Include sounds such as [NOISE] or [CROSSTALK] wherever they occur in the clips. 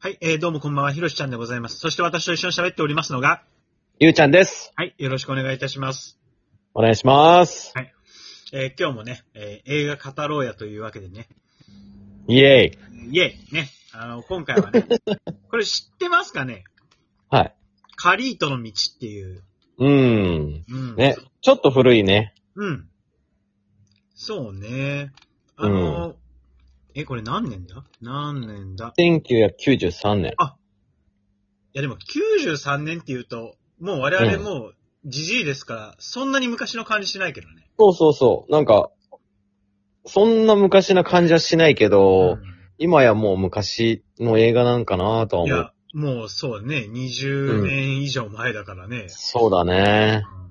はい、えー、どうもこんばんは、ひろしちゃんでございます。そして私と一緒に喋っておりますのが、ゆうちゃんです。はい、よろしくお願いいたします。お願いします。えー、今日もね、えー映画語ろうやというわけでね、イェイ。イェイね、あの、今回は [LAUGHS] ね、これ知ってますかねはい。カリートの道っていう。うーん。うん。ね。ちょっと古いね。うん。そうね。あの、え、これ何年だ何年だ1993年。いやでも93年って言うと、もう我々もう、じじいですから、そんなに昔の感じしないけどね。そうそうそう。なんか、そんな昔な感じはしないけど、今やもう昔の映画なんかなとはうんい思う。や、もうそうね、20年以上前だからね。そうだね。うん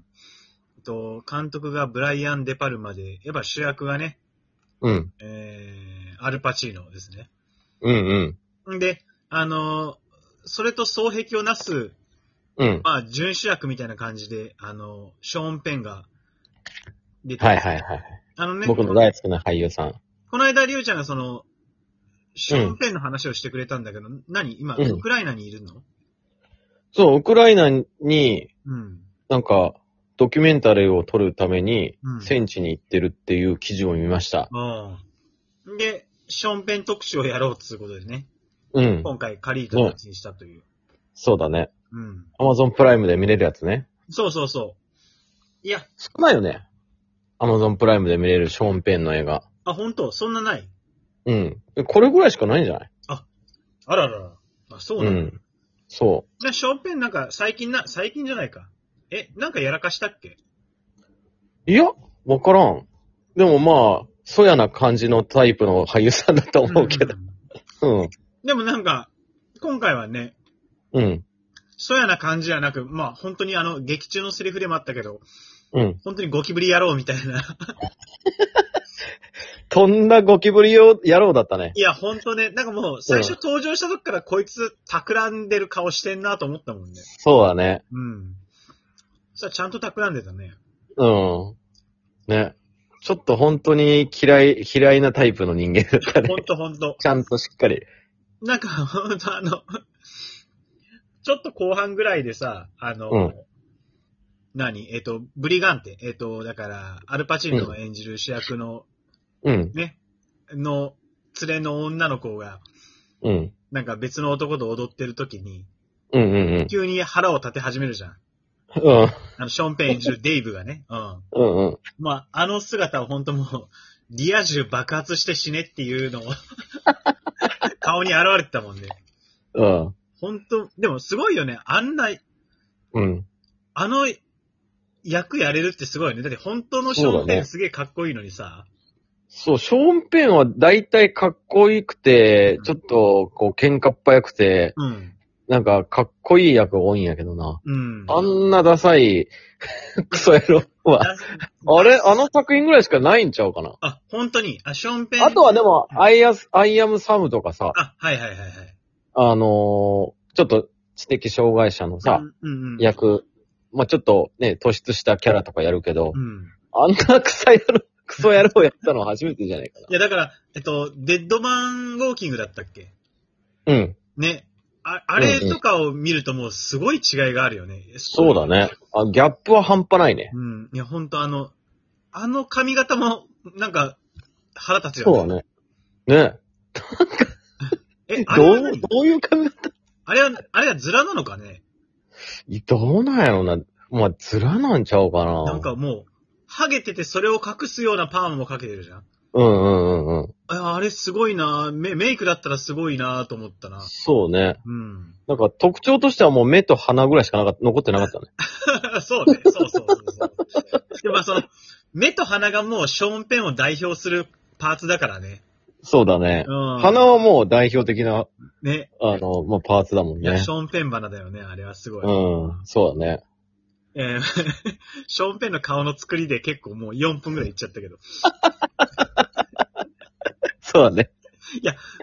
と、監督がブライアン・デパルマで、やっぱ主役がね、うん。えー、アルパチーノですね。うんんで、あのーそれと双璧をなす、うん。うん。まあ、準主役みたいな感じで、あのーショーン・ペンが出て、はいはいはい。あのね、僕の大好きな俳優さん。この間、リュウちゃんがその、ショーン・ペンの話をしてくれたんだけど、何今、うんウクライナにいるのそう、ウクライナにうん。なんか、ドキュメンタリーを撮るためにうん、戦地に行ってるっていう記事を見ました。うん。で、ショーン・ペン特集をやろうということでね、うん。今回、カリートの形にしたという。そうだね。うん。アマゾンプライムで見れるやつね。そうそうそう。いや、少ないよね。アマゾンプライムで見れるショーン・ペンの映画。あ、本当そんなない。うん。これぐらいしかないんじゃないあららら。あ、そううなんだ。ん。そでショーンペンなんか最近な、最近じゃないか。え、なんかやらかしたっけう。いや、わからん。でもまあ、そやな感じのタイプの俳優さんだと思うけど。んんうん。でもなんか、今回はね、うん。そうやな感じじゃなく、まあ本当にあの、劇中のセリフでもあったけど、うん。本当にゴキブリ野郎みたいな。 [LAUGHS] とんだゴキブリを野郎だったね。いや、本当ね、なんかもう最初登場した時からこいつ企んでる顔してんなと思ったもんね。そうだね。うん。さあちゃんと企んでたね。うん。ね。ちょっと本当に嫌い、嫌いなタイプの人間だったねほ。んとほんと。ちゃんとしっかり。なんか、ほんとあの、ちょっと後半ぐらいでさ、あの、うん何えっ、と、ブリガンテ。えっ、と、だから、アルパチーノが演じる主役の、うん。ね、の、連れの女の子が、うん。なんか別の男と踊ってる時に、うんうん急に腹を立て始めるじゃん。うん。うん。あの、ショーンペン演じるデイブがね。うん。うんうん。まあ、あの姿を本当もう、リア充爆発して死ねっていう [LAUGHS] のを、顔に現れてたもんね。うん。本当でもすごいよね。あんな、うん。あの役やれるってすごいよね。だって本当のショーンペンすげえかっこいいのにさ。そう、ショーン・ペンは大体かっこよくてうん、ちょっと、こう、喧嘩っ早くて、うなんか、かっこいい役多いんやけどな。ん。うん。あんなダサい、 [LAUGHS] クソ野郎は。だあれあの作品ぐらいしかないんちゃうかな。あ、本当に。あ、ショーンペン。あとはで。も、アイアス、アイアム・サムとかさ、あ、はいはいはいはい。あのーちょっと知的障害者のさ、うん、うんうん。役、まあ、ちょっとね、突出したキャラとかやるけどう、ん。あんなクソ野郎、 [LAUGHS] クソ野郎やったのは初めてじゃないかいや、だから、えっと、デッドマンウォーキングだったっけな。うん。ね。あ、あれとかを見るともうすごい違いがあるよね。そうだね。あ、ギャップは半端ないね。うん。いや、ほんとあの、あの髪型も、なんか、腹立つよそね。うだね。ねえ、あれどはう、何どういう髪型あれは、あれはズラなのかねどうなんやろな。まあ、ズラなんちゃうかな。なんかもう、ハゲててそれを隠すようなパーマもかけてるじゃん。うんうんうんうん。ああれすごいなメメイクだったらすごいなと思ったな。そうね。うん。 [LAUGHS] なんか特徴としてはもう目と鼻ぐらいしかなかった、残ってなかったね。そうね。そうそうそうそう。でもまあその、目と鼻がもうショーンペンを代表するパーツだからね。そうだね。うん。鼻はもう代表的な、ね。あの、まあ、パーツだもんいや、ねシ。ョーンペン鼻だよね。あれはすごい。うん、そうだね。えー [LAUGHS] ショーンペンの顔の作りで結構もう4分ぐらいいっちゃったけど。そうだね。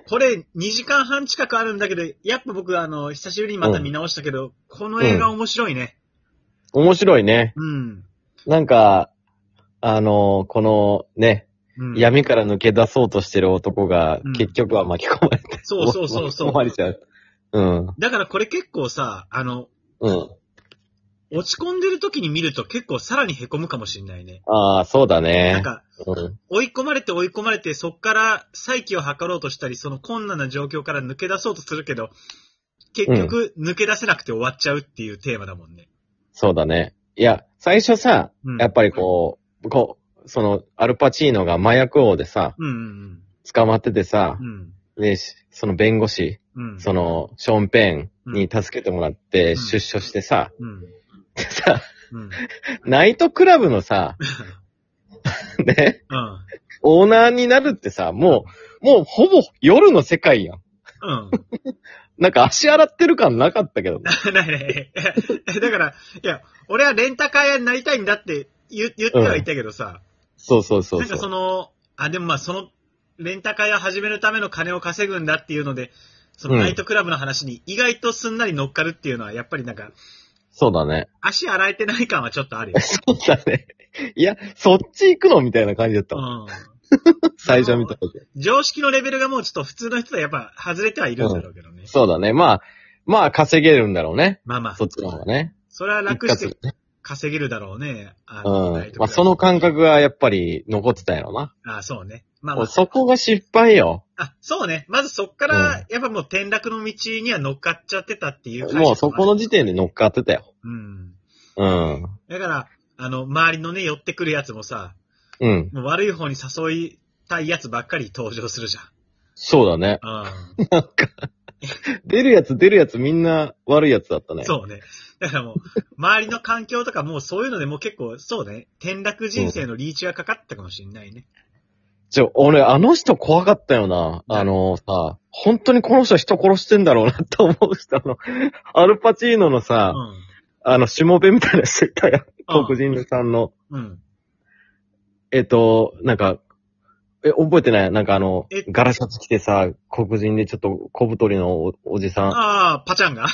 これ2時間半近くあるんだけど、やっぱ僕あの、久しぶりにまた見直したけど、この映画面白いね。面白いね。うん。なんか、あの、このね、うん、闇から抜け出そうとしてる男がうん、結局は巻き込まれて、そうそうそうそう。 [LAUGHS] 巻き込まれちゃう。うん。だからこれ結構さ、あの、うん。落ち込んでる時に見ると結構さらに凹むかもしんないね。ああ、そうなだんね。か、うん。追い込まれて追い込まれて、そっから再起を図ろうとしたり、その困難な状況から抜け出そうとするけど、結局、抜け出せなくて終わっちゃうっていうテーマだもんね。そうだね。いや、最初さ、うんやっぱりこう、こう、その、アルパチーノが麻薬王でさ、うんうん捕まっててさう、ん。で、しその弁護士、うん。うん。その、ショーン・ペンに助けてもらってん出所してさ、うん。さ、うん。ナイトクラブのさ、 [LAUGHS] ね、うん。オーナーになるってさ、もう、もうほぼ夜の世界やん。うん。 [LAUGHS] なんか足洗ってる感なかったけど。ないね。だから、い [LAUGHS] や、俺はレンタカー屋になりたいんだって言言ってはいたけどさ、そうそうそうなんかそ。そうの、あ、でもまあその、レンタカー屋始めるための金を稼ぐんだっていうので、そのうんナイトクラブの話に意外とすんなり乗っかるっていうのは、やっぱりなんか、そうだね。 [LAUGHS] 足洗えてない感はちょっとあるよ。そうだね。いや、そっち行くのみたいな感じだったうもん。ん。最初見た時。常識のレベルがもうちょっと普通の人はやっぱ外れてはいるんだろうけどね。そうだね。まあ、まあ稼げるんだろうね。まあまあそっ、ちの方がね。それは楽一し括でて稼げるだろうね。あのナうイトクラん。ブまあその感覚がやっぱり残ってたやろな。あ、そうね。まあまもあうそこが失敗よ。あ、そうね。まずそっから、やっぱもう転落の道には乗っかっちゃってたっていうもうそこの時点。点で乗っかってたよ。うん。うん。だから、あの、周りのね、寄ってくるやつもさ、うん。もう悪い方に誘いたいやつばっかり登場するじそうだね。ゃん。出るやつ出るやつみんな悪いやつだったうね。ん。そうね。だからもう、周りの環境とかもうそういうのでもう結構、そうね、転落人生のリーチがかかったかもしんないね。ちょ、俺、あの人怖かったよな。うんあのさ、本当にこの人人殺してんだろうなと思う人、あの、アルパチーノのうさ、ん。あの、しもべみたいな人いたよ。うん黒人さんの、うん。えっと、なんか、え、覚えてないなんかあのえ、ガラシャツ着てさ、黒人でちょっと小太りのおおじさんああ、パチャンが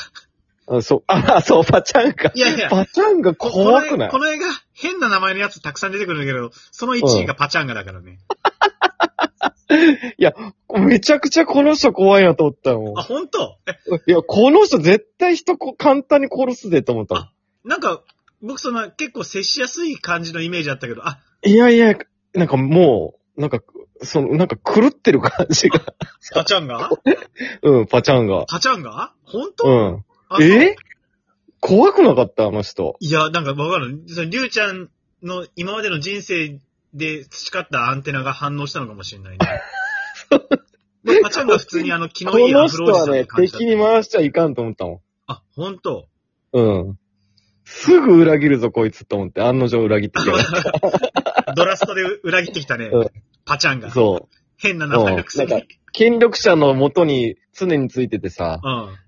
うん。そう、あ、そう、パチャンカい。やいや、パチャンカこ怖くないこの絵この映画、変な名前のやつたくさん出てくるんだけど、その1位がパチャンガだからね。めちゃくちゃこの人怖いなと思ったもんあ、。本当え、いや、この人絶対人こ簡単に殺すぜと思ったもんあなんか、僕その結構接しやすい感じのイメージだったけど、あ、いやいや、なんかもう、なんか、その、なんか狂ってる感じ [LAUGHS] が。パチャンガうん、パチャンが。パチャンガ本当、うん。あえ怖くなかったあの人。いや、なんかわかる。その、りゅうちゃんの今までの人生で培ったアンテナが反応したのかもしれ [LAUGHS] ないね。まあパチャンガ普通にあの、気このいいアのフ人ロおじはさんっねて、感じだっ敵たに回しちゃいかんと思ったもあ、本当ん。うん。すぐ裏切るぞ、こいつと思って、案の定裏切ってきドラストで裏切ってきたねうん。パチャン [LAUGHS] た。ガ。そう。変な名前のくせに。うんなん権力者の元に常についててさ、うん。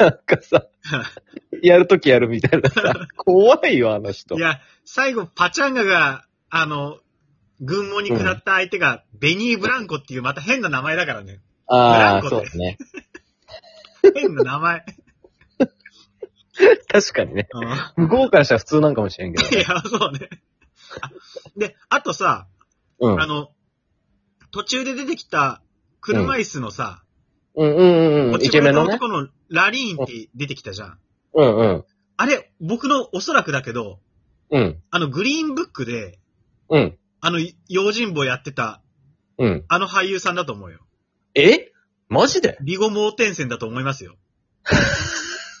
なんかさ、やるときやるみたいな [LAUGHS] さ、怖いよ、あの人い。や、最後、パチャンガが、あの、軍門に下った相手が、ベニー・ブランコっていう、また変な名前だからね。あブランあ、コそだうよだね。変な名前。確かにね。うん、いや、向こうからしたら普通なんかもしれんけどね。そうね。あで、あとさ、うん。あの、途中で出てきた、車椅子のさ、うんうんうんうん。落イちぶケれメンののね。男のラリーンって出てきたじゃん。うんうん。あれ、僕のおそらくだけど、うん。あの、グリーンブックで、うん。あの、用心棒やってた、うん。あの俳優さんだと思うよ。えマジでビゴ盲点線だと思いますよ。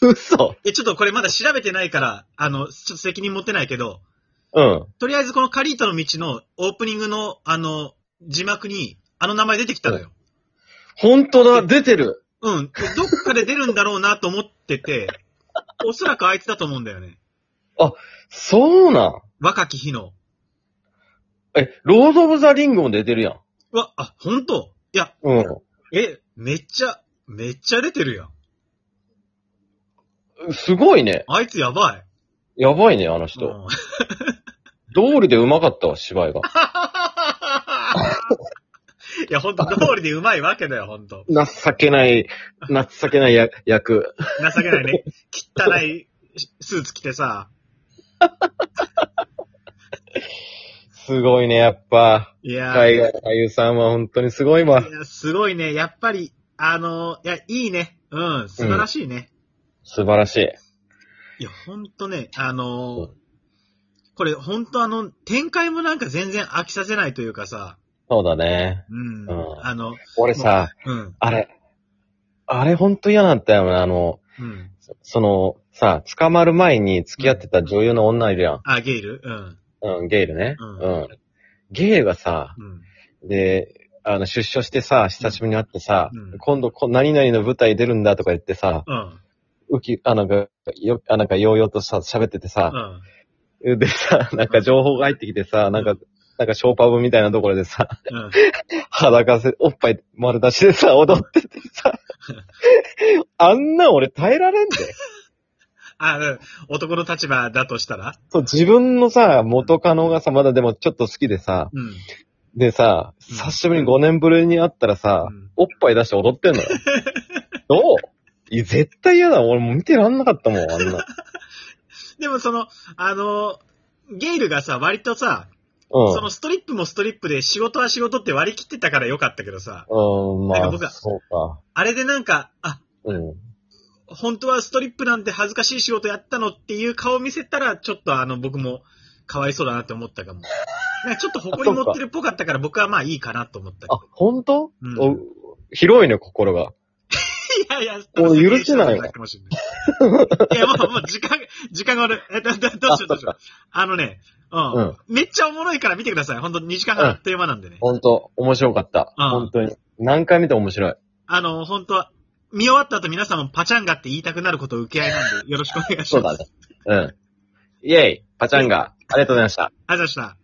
嘘え、ちょっとこれまだ調べてないから、あの、ちょっと責任持てないけど、うん。とりあえずこのカリートの道のオープニングの、あの、字幕に、あの名前出てきたのよ。本当だ、出てる。うん。どっかで出るんだろうなと思ってて、おそらくあいつだと思うんだよね。そうなん。若き日の。え、ロード・オブ・ザ・リングも出てるやん。うわ、あ、ほんといや、うん。え、めっちゃ、めっちゃ出てるやん。すごいね。あいつやばやばいね、あのい。人。うん道理で上手かったわ、芝居が。いや、ほん [LAUGHS] と、通りでうまいわけだよ、ほんと。 [LAUGHS] 情けない、情けないや役。情けないね。汚いスーツ着てさ、すごいね、やっぱ。いやー海外俳優さんは本当にすごいわい。や、すごいね。やっぱり、あのーいや、いいね。うん、素晴らしいね。素晴らしい。いや、ほんとね、あのーこれほんとあの、展開もなんか全然飽きさせないというかさ、そうだね。うん、うんあの、俺さ、うん、あれ、あれほんと嫌だったよね。あの、うん。その、さ、捕まる前に付き合ってた女優の女いるやん。あ、ゲイルうん、うん、ゲイルね。うんうん。ゲイルがさ、うん。で、あの、出所してさ、久しぶりに会ってさ、うん今度こ、何々の舞台出るんだとか言ってさ、うん。うき、あ、なんか、よ、あ、なんか、ようようとさ、喋っててうさ、ん。でさ、 [LAUGHS] なんか情報が入ってきてさ、なんうか、なんか、ショーパブみたいなところでさ、 [LAUGHS] うん。裸せ、おっぱい丸出し [LAUGHS] でさ、踊っててさ、あんな俺耐えられんで。あ、うん男の立場だとしたらそう、自分のさ、元カノがさ、まだでもちょっと好きでさ、うん。でさ、うん久しぶりに5年ぶりに会ったらさ、うんおっぱい出して踊って [LAUGHS] んのよ。どういや、絶対嫌だ。俺もう見てらんなかったも [LAUGHS] ん、あんな。でもその、あの、ゲイルがさ、割とさ、うん。そのストリップもストリップで仕事は仕事って割り切ってたからよかったけどさ、うん、まなんかあ僕、はそうか。あれでなんか、あ、うん。本当はストリップなんて恥ずかしい仕事やったのっていう顔見せたら、ちょっとあの、僕も、かわいそうだなって思ったかも。なんかちょっと誇り持ってるっぽかったから僕はまあいいかなと思ったけあど。、本当、うんお広いね、心が。いやいや、もう許せないわかもしれない。いや、もう、もう時間、時間がある。え、だ、だ、どうしよう、どうしよう。あのね、うん。うん。めっちゃおもろいから見てください。ほんと2時間半あっという間なんでね。本当面白かった。うん本当に。何回見ても面白い。あの、ほんと、見終わった後皆さんもパチャンガって言いたくなることを受け合いなんで、よろしくお願いします。そうだね。うん。イェイパチャンガありがとうございました。ありがとうございました。